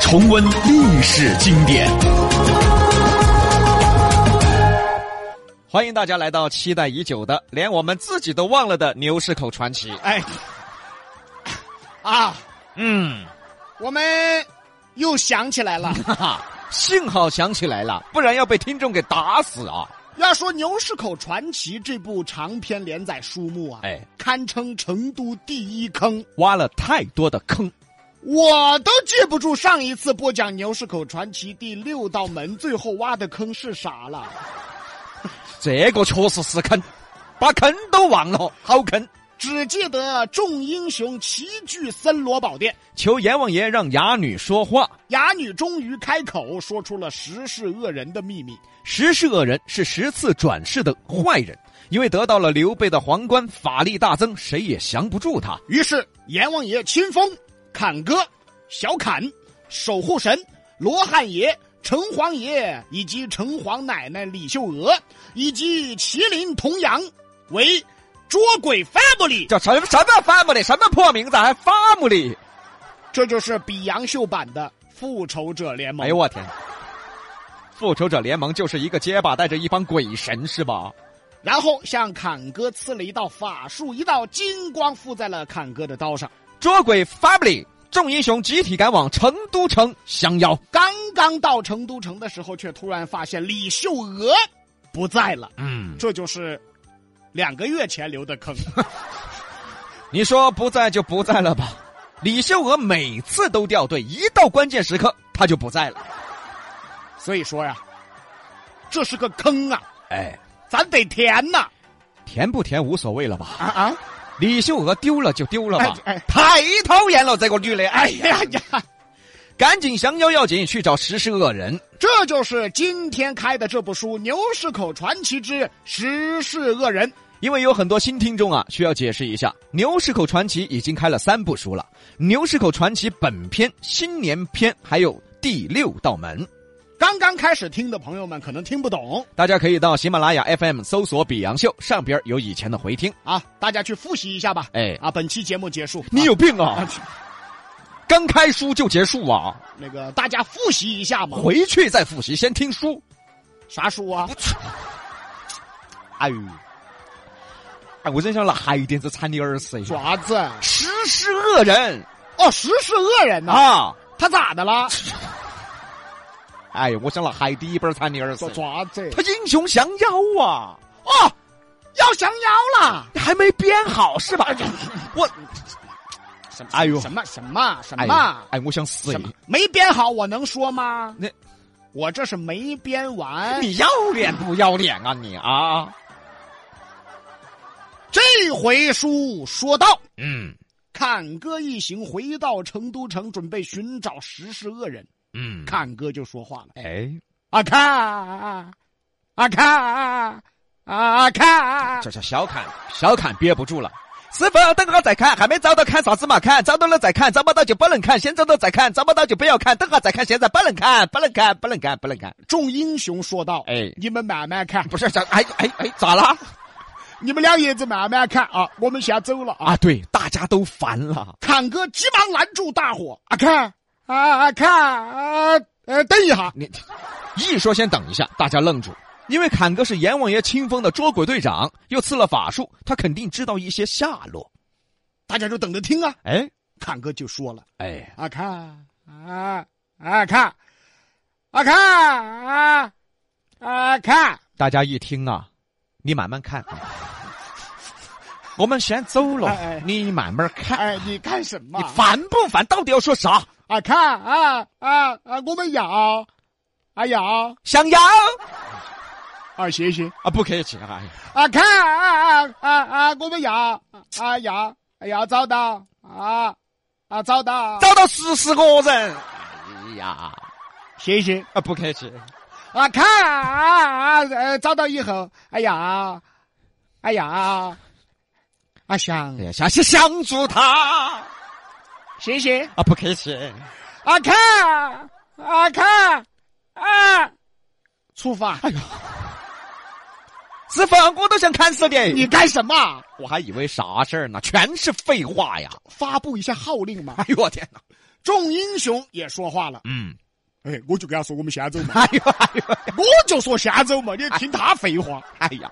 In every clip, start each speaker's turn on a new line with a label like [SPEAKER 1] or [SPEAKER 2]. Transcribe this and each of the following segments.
[SPEAKER 1] 重温历史经典。
[SPEAKER 2] 欢迎大家来到期待已久的、连我们自己都忘了的牛市口传奇。
[SPEAKER 3] 哎，啊，
[SPEAKER 2] 嗯，
[SPEAKER 3] 我们又想起来了。
[SPEAKER 2] 哈哈，幸好想起来了，不然要被听众给打死啊！
[SPEAKER 3] 要说《牛市口传奇》这部长篇连载书目啊，
[SPEAKER 2] 哎，
[SPEAKER 3] 堪称成都第一坑，
[SPEAKER 2] 挖了太多的坑。
[SPEAKER 3] 我都记不住上一次播讲《牛市口传奇》第六道门最后挖的坑是啥了。
[SPEAKER 2] 这个确实是坑，把坑都忘了，好坑！
[SPEAKER 3] 只记得众英雄齐聚森罗宝殿，
[SPEAKER 2] 求阎王爷让哑女说话。
[SPEAKER 3] 哑女终于开口，说出了十世恶人的秘密。
[SPEAKER 2] 十世恶人是十次转世的坏人，因为得到了刘备的皇冠，法力大增，谁也降不住他。
[SPEAKER 3] 于是阎王爷亲封侃哥、小侃、守护神罗汉爷、城隍爷以及城隍奶奶李秀娥以及麒麟童羊为捉鬼 family，
[SPEAKER 2] 叫什么什么 family，什么破名字还 family？
[SPEAKER 3] 这就是比杨秀版的复仇者联盟。
[SPEAKER 2] 哎呦我天！复仇者联盟就是一个结巴带着一帮鬼神是吧？
[SPEAKER 3] 然后向侃哥刺了一道法术，一道金光附在了侃哥的刀上。
[SPEAKER 2] 捉鬼 family，众英雄集体赶往成都城降妖。
[SPEAKER 3] 刚刚到成都城的时候，却突然发现李秀娥不在了。
[SPEAKER 2] 嗯，
[SPEAKER 3] 这就是两个月前留的坑。
[SPEAKER 2] 你说不在就不在了吧？李秀娥每次都掉队，一到关键时刻她就不在了。
[SPEAKER 3] 所以说呀，这是个坑啊，
[SPEAKER 2] 哎，
[SPEAKER 3] 咱得填呐！
[SPEAKER 2] 甜不甜无所谓了吧？
[SPEAKER 3] 啊啊！
[SPEAKER 2] 李秀娥丢了就丢了吧，
[SPEAKER 3] 哎哎
[SPEAKER 2] 太讨厌了这个女的，
[SPEAKER 3] 哎
[SPEAKER 2] 哎，
[SPEAKER 3] 呀呀，
[SPEAKER 2] 赶紧降妖要紧，去找石狮恶人。
[SPEAKER 3] 这就是今天开的这部书《牛市口传奇之十世恶人》。
[SPEAKER 2] 因为有很多新听众啊，需要解释一下，《牛市口传奇》已经开了三部书了，《牛市口传奇》本篇、新年篇，还有第六道门。
[SPEAKER 3] 刚刚开始听的朋友们可能听不懂
[SPEAKER 2] 大家可以到喜马拉雅 FM 搜索“比洋秀”，上边有以前的回听。
[SPEAKER 3] 啊，大家去复习一下吧。
[SPEAKER 2] 哎，
[SPEAKER 3] 啊，本期节目结束。
[SPEAKER 2] 你有病
[SPEAKER 3] 啊
[SPEAKER 2] 啊！刚开书就结束啊，
[SPEAKER 3] 那个大家复习一下嘛？
[SPEAKER 2] 回去再复习，先听书。
[SPEAKER 3] 啥书啊？
[SPEAKER 2] 哎呦，哎，我真想拿海点子铲你耳屎。
[SPEAKER 3] 爪子
[SPEAKER 2] 实施恶人
[SPEAKER 3] 哦，十世恶人呐、
[SPEAKER 2] 啊！
[SPEAKER 3] 他咋的了？
[SPEAKER 2] 哎，我想拿海底一本铲你耳屎
[SPEAKER 3] 爪。爪子
[SPEAKER 2] 他英雄降妖啊，
[SPEAKER 3] 哦，要降妖了。
[SPEAKER 2] 还没编好是吧？我
[SPEAKER 3] 什么？
[SPEAKER 2] 哎呦
[SPEAKER 3] 什么什么什
[SPEAKER 2] 哎
[SPEAKER 3] 么？
[SPEAKER 2] 哎，我想死
[SPEAKER 3] 什么没编好，我能说吗？
[SPEAKER 2] 那
[SPEAKER 3] 我这是没编完，
[SPEAKER 2] 你要脸不要脸啊你啊！
[SPEAKER 3] 这回书说到，
[SPEAKER 2] 嗯
[SPEAKER 3] 侃哥一行回到成都城，准备寻找石世恶人。
[SPEAKER 2] 嗯，
[SPEAKER 3] 侃哥就说话了
[SPEAKER 2] 哎，：“
[SPEAKER 3] 啊看，啊看，啊看，
[SPEAKER 2] 这叫小侃，小侃憋不住了。师傅，等会儿再看，还没找到看啥子嘛？看，找到了再看，找不到就不能看，先找到再看，找不到就不要看，等会儿再看，现在不能看，不能看，不能看，不能看。
[SPEAKER 3] 众英雄说道：‘
[SPEAKER 2] 哎
[SPEAKER 3] 你们慢慢 看，
[SPEAKER 2] 不是，这哎哎哎，咋啦？
[SPEAKER 3] 你们俩爷子慢慢看啊，我们先走了啊。’
[SPEAKER 2] 啊，对，大家都烦了。
[SPEAKER 3] 侃哥急忙拦住大伙：‘啊看，啊看，啊呃，等一下。’
[SPEAKER 2] 你一说先等一下，大家愣住，因为侃哥是阎王爷清风的捉鬼队长，又赐了法术，他肯定知道一些下落。
[SPEAKER 3] 大家就等着听啊。
[SPEAKER 2] 哎
[SPEAKER 3] 侃哥就说了
[SPEAKER 2] 哎，：“
[SPEAKER 3] 啊看啊啊看，啊看啊啊看，
[SPEAKER 2] 大家一听啊，你慢慢看， 我们先走了，
[SPEAKER 3] 哎哎
[SPEAKER 2] 你慢慢看。
[SPEAKER 3] 哎，你看什么
[SPEAKER 2] 你？烦不烦？到底要说啥？
[SPEAKER 3] 啊看啊啊啊，我们要啊要
[SPEAKER 2] 想要
[SPEAKER 3] 啊，谢谢。
[SPEAKER 2] 啊，不客气啊！
[SPEAKER 3] 啊看啊啊啊啊，我们要啊要要找到啊啊找到。”
[SPEAKER 2] 找到十四个人，
[SPEAKER 3] 哎
[SPEAKER 2] 气呀！
[SPEAKER 3] 谢谢。
[SPEAKER 2] 啊，不客气。
[SPEAKER 3] 啊，看啊啊，呃，找到以后，哎呀，哎呀，阿翔
[SPEAKER 2] 哎，呀，下去降住他。
[SPEAKER 3] 谢谢。
[SPEAKER 2] 啊，不客气。
[SPEAKER 3] 啊，看啊看啊，出发！
[SPEAKER 2] 师傅，我都想砍死
[SPEAKER 3] 你
[SPEAKER 2] 你！
[SPEAKER 3] 干什么？
[SPEAKER 2] 我还以为啥事儿呢，全是废话呀！
[SPEAKER 3] 发布一下号令嘛！
[SPEAKER 2] 哎呦我天哪！
[SPEAKER 3] 众英雄也说话了。
[SPEAKER 2] 嗯，
[SPEAKER 3] 哎，我就跟他说我们先走嘛，
[SPEAKER 2] 哎呦哎呦
[SPEAKER 3] 我就说先走嘛，你听他废 话。
[SPEAKER 2] 哎呀！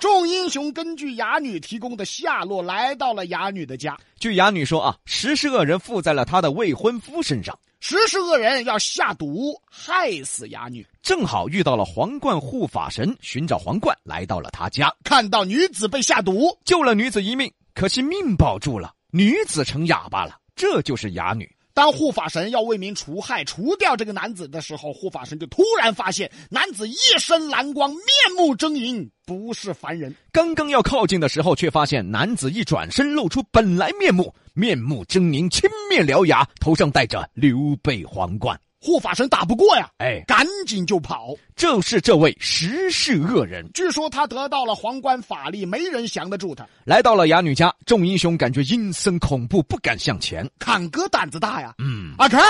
[SPEAKER 3] 众英雄根据哑女提供的下落，来到了哑女的家。
[SPEAKER 2] 据哑女说啊，石是恶人附在了他的未婚夫身上，
[SPEAKER 3] 实施恶人要下毒害死哑女，
[SPEAKER 2] 正好遇到了皇冠护法神，寻找皇冠来到了他家，
[SPEAKER 3] 看到女子被下毒，
[SPEAKER 2] 救了女子一命，可惜命保住了，女子成哑巴了。这就是哑女，
[SPEAKER 3] 当护法神要为民除害、除掉这个男子的时候，护法神就突然发现男子一身蓝光，面目狰狞，不是凡人。
[SPEAKER 2] 刚刚要靠近的时候，却发现男子一转身露出本来面目，面目狰狞，青面獠牙，头上戴着刘备皇冠。
[SPEAKER 3] 护法神打不过呀，
[SPEAKER 2] 哎，
[SPEAKER 3] 赶紧就跑。
[SPEAKER 2] 正是这位石氏恶人。
[SPEAKER 3] 据说他得到了皇冠法力，没人降得住他。
[SPEAKER 2] 来到了哑女家，众英雄感觉阴森恐怖，不敢向前。
[SPEAKER 3] 侃哥胆子大呀，
[SPEAKER 2] 嗯，
[SPEAKER 3] 啊看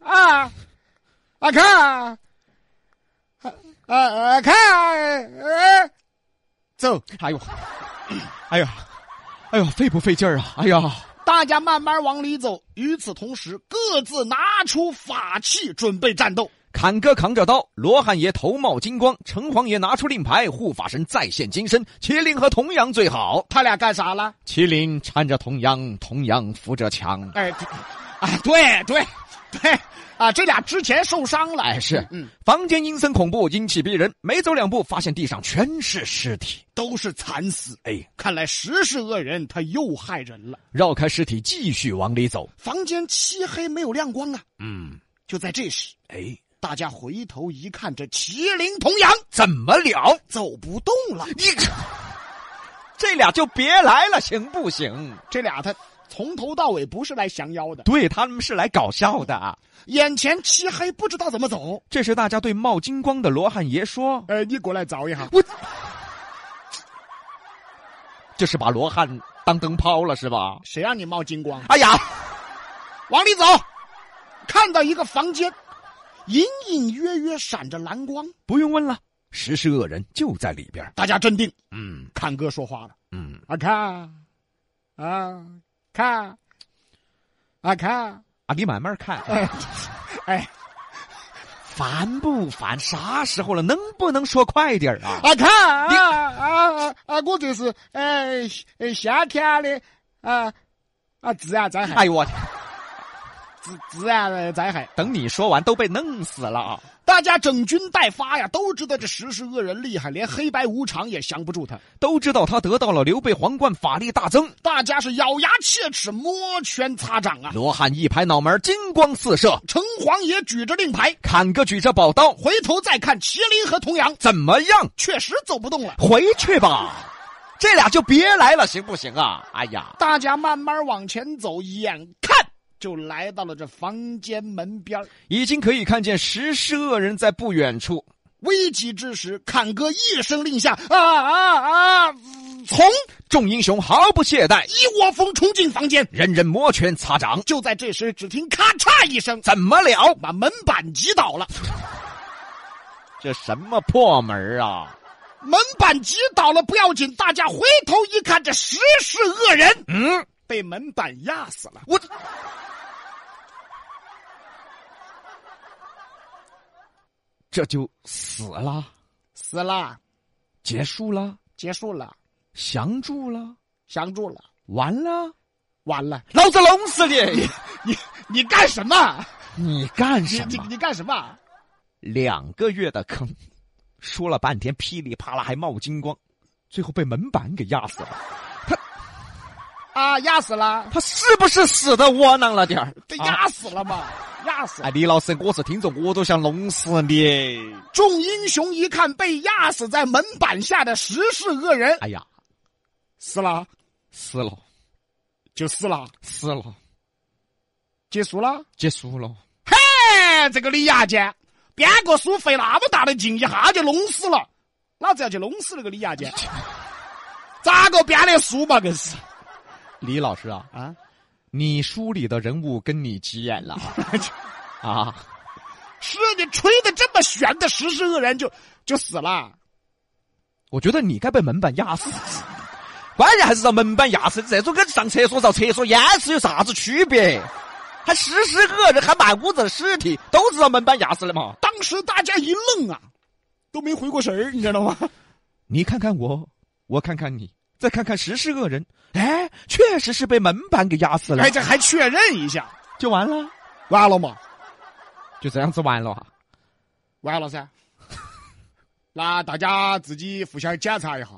[SPEAKER 3] 啊啊看啊啊看，呃走。
[SPEAKER 2] 哎呦，哎呀，哎呦，费不费劲儿啊？哎呀，
[SPEAKER 3] 大家慢慢往里走，与此同时，各自拿出法器准备战斗。
[SPEAKER 2] 侃哥扛着刀，罗汉爷头冒金光，城隍爷拿出令牌，护法神再现金身，麒麟和童羊最好。
[SPEAKER 3] 他俩干啥了？
[SPEAKER 2] 麒麟搀着童羊，童羊扶着墙。
[SPEAKER 3] 哎，这哎，对对对，啊，这俩之前受伤了，
[SPEAKER 2] 哎，是，
[SPEAKER 3] 嗯，
[SPEAKER 2] 房间阴森恐怖，阴气逼人。没走两步，发现地上全是尸体。
[SPEAKER 3] 都是惨死。
[SPEAKER 2] 哎，
[SPEAKER 3] 看来实是恶人，他又害人了。
[SPEAKER 2] 绕开尸体，继续往里走。
[SPEAKER 3] 房间漆黑，没有亮光啊。
[SPEAKER 2] 嗯，
[SPEAKER 3] 就在这时，
[SPEAKER 2] 哎，
[SPEAKER 3] 大家回头一看，这麒麟童羊
[SPEAKER 2] 怎么了？
[SPEAKER 3] 走不动了。
[SPEAKER 2] 你这俩就别来了，行不行？
[SPEAKER 3] 这俩他从头到尾不是来降妖的，
[SPEAKER 2] 对他们是来搞笑的。啊
[SPEAKER 3] 眼前漆黑，不知道怎么走。
[SPEAKER 2] 这时，大家对冒金光的罗汉爷说
[SPEAKER 3] 哎，你过来找一下：“。
[SPEAKER 2] 我这是把罗汉当灯泡了是吧
[SPEAKER 3] 谁让你冒金光？”？
[SPEAKER 2] 哎 呀，
[SPEAKER 3] 往里走，看到一个房间，隐隐约约闪着蓝光。
[SPEAKER 2] 不用问了，实施恶人就在里边。
[SPEAKER 3] 大家镇定，
[SPEAKER 2] 嗯
[SPEAKER 3] 侃哥说话了
[SPEAKER 2] 嗯，：“
[SPEAKER 3] 啊看，啊看，啊看，
[SPEAKER 2] 啊，你慢慢看。
[SPEAKER 3] 哎，
[SPEAKER 2] 烦不烦？啥时候了？能不能说快点儿啊？
[SPEAKER 3] 啊看，啊啊啊啊！我这是哎哎夏天的啊啊自然灾害，
[SPEAKER 2] 哎呦我天，
[SPEAKER 3] 自自然的灾害。
[SPEAKER 2] 等你说完都被弄死了啊！
[SPEAKER 3] 大家整军待发呀，都知道这石是恶人厉害，连黑白无常也降不住他。
[SPEAKER 2] 都知道他得到了刘备皇冠，法力大增。
[SPEAKER 3] 大家是咬牙切齿，摩拳擦掌啊！
[SPEAKER 2] 罗汉一拍脑门，金光四射。
[SPEAKER 3] 城隍爷举着令牌，
[SPEAKER 2] 砍哥举着宝刀，
[SPEAKER 3] 回头再看麒麟和童羊，
[SPEAKER 2] 怎么样？
[SPEAKER 3] 确实走不动了。
[SPEAKER 2] 回去吧，这俩就别来了，行不行啊？哎呀，
[SPEAKER 3] 大家慢慢往前走，眼看就来到了这房间门边儿
[SPEAKER 2] 已经可以看见石狮恶人在不远处。
[SPEAKER 3] 危急之时，侃哥一声令下，啊啊啊！从
[SPEAKER 2] 众英雄毫不懈怠，
[SPEAKER 3] 一窝蜂冲进房间。
[SPEAKER 2] 人人摩拳擦掌。
[SPEAKER 3] 就在这时，只听咔嚓一声，
[SPEAKER 2] 怎么了？
[SPEAKER 3] 把门板击倒了。
[SPEAKER 2] 这什么破门儿啊？
[SPEAKER 3] 门板击倒了不要紧，大家回头一看，这实是恶人，
[SPEAKER 2] 嗯，
[SPEAKER 3] 被门板压死了。
[SPEAKER 2] 我这就死了，
[SPEAKER 3] 死了，
[SPEAKER 2] 结束了，
[SPEAKER 3] 结束了，
[SPEAKER 2] 降住了，
[SPEAKER 3] 降住了，
[SPEAKER 2] 完了，
[SPEAKER 3] 完了。
[SPEAKER 2] 老子弄死你！
[SPEAKER 3] 你你干什么？
[SPEAKER 2] 你干
[SPEAKER 3] 你
[SPEAKER 2] 什
[SPEAKER 3] 你
[SPEAKER 2] 么？
[SPEAKER 3] 你干什么？
[SPEAKER 2] 两个月的坑，说了半天噼里啪啦还冒金光，最后被门板给压死了。
[SPEAKER 3] 啊，压死了，
[SPEAKER 2] 他是不是死的窝囊了点儿？
[SPEAKER 3] 被
[SPEAKER 2] 啊
[SPEAKER 3] 压死了嘛，压死
[SPEAKER 2] 哎，
[SPEAKER 3] 了。
[SPEAKER 2] 李老师，我是听众，我都想弄死你！
[SPEAKER 3] 众英雄一看被压死在门板下的石是恶人，
[SPEAKER 2] 哎呀，
[SPEAKER 3] 死了
[SPEAKER 2] 死了，
[SPEAKER 3] 就死了，
[SPEAKER 2] 死了，
[SPEAKER 3] 结束了。
[SPEAKER 2] 结束了。
[SPEAKER 3] 嘿，天这个李亚坚编个书费那么大的劲，一下就弄死了，老子要去弄死那个李亚坚。咋个编的书嘛？更是
[SPEAKER 2] 李老师啊，
[SPEAKER 3] 啊，
[SPEAKER 2] 你书里的人物跟你急眼 了啊啊！
[SPEAKER 3] 是你吹的这么悬的实施恶人就就死了。
[SPEAKER 2] 我觉得你该被门板压死。关键还是让门板压死，这种跟上厕所绕厕所淹死有啥子区别？还实施恶人，还满屋子的尸体，都是让门板压死的嘛？
[SPEAKER 3] 当时大家一愣啊，都没回过神儿，你知道吗？
[SPEAKER 2] 你看看我，我看看你，再看看实施恶人，哎，确实是被门板给压死了，
[SPEAKER 3] 哎，这还确认一下，
[SPEAKER 2] 就完了，
[SPEAKER 3] 完了嘛？
[SPEAKER 2] 就这样子完了。啊
[SPEAKER 3] 完了噻。 那大家自己互相检查一下，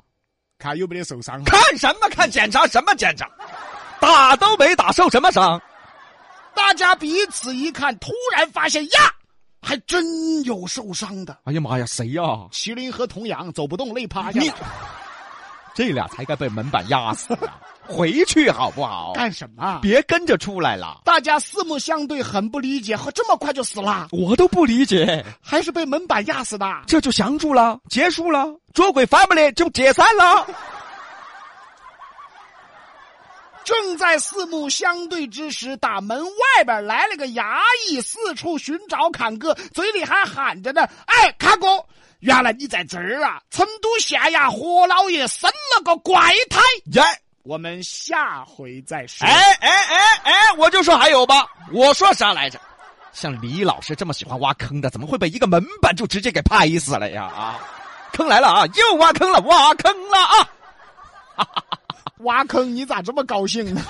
[SPEAKER 3] 看有没得受伤。
[SPEAKER 2] 看什么看？检查什么检查？打都没打，受什么伤？
[SPEAKER 3] 大家彼此一看，突然发现呀，还真有受伤的。
[SPEAKER 2] 哎呀妈呀，谁呀、
[SPEAKER 3] 麒麟和童养走不动，累趴下
[SPEAKER 2] 你
[SPEAKER 3] 了。
[SPEAKER 2] 这俩才该被门板压死啊！回去好不好？
[SPEAKER 3] 干什么？啊
[SPEAKER 2] 别跟着出来了，
[SPEAKER 3] 大家四目相对，很不理解，呵，这么快就死了，
[SPEAKER 2] 我都不理解，
[SPEAKER 3] 还是被门板压死的。
[SPEAKER 2] 这就降住了，结束了，捉鬼 family 就解散了。
[SPEAKER 3] 正在四目相对之时，打门外边来了个衙役，四处寻找侃哥，嘴里还喊着呢：“哎，侃哥，原来你在这儿啊！成都县衙何老爷生了个怪胎。
[SPEAKER 2] 耶！”
[SPEAKER 3] 我们下回再说。
[SPEAKER 2] 哎哎哎哎，我就说还有吧，我说啥来着？像李老师这么喜欢挖坑的，怎么会被一个门板就直接给拍死了呀？啊，坑来了啊，又挖坑了，挖坑了啊！
[SPEAKER 3] 挖坑，你咋这么高兴呢？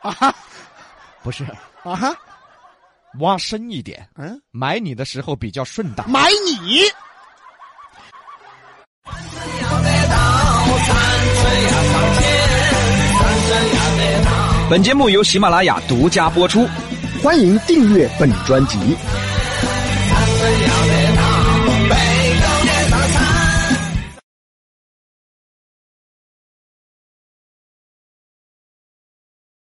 [SPEAKER 3] 啊
[SPEAKER 2] 不是，
[SPEAKER 3] 啊，
[SPEAKER 2] 挖深一点，
[SPEAKER 3] 嗯，
[SPEAKER 2] 买你的时候比较顺当。
[SPEAKER 3] 买你。
[SPEAKER 4] 本节目由喜马拉雅独家播出。
[SPEAKER 5] 欢迎订阅本专辑。
[SPEAKER 4] 我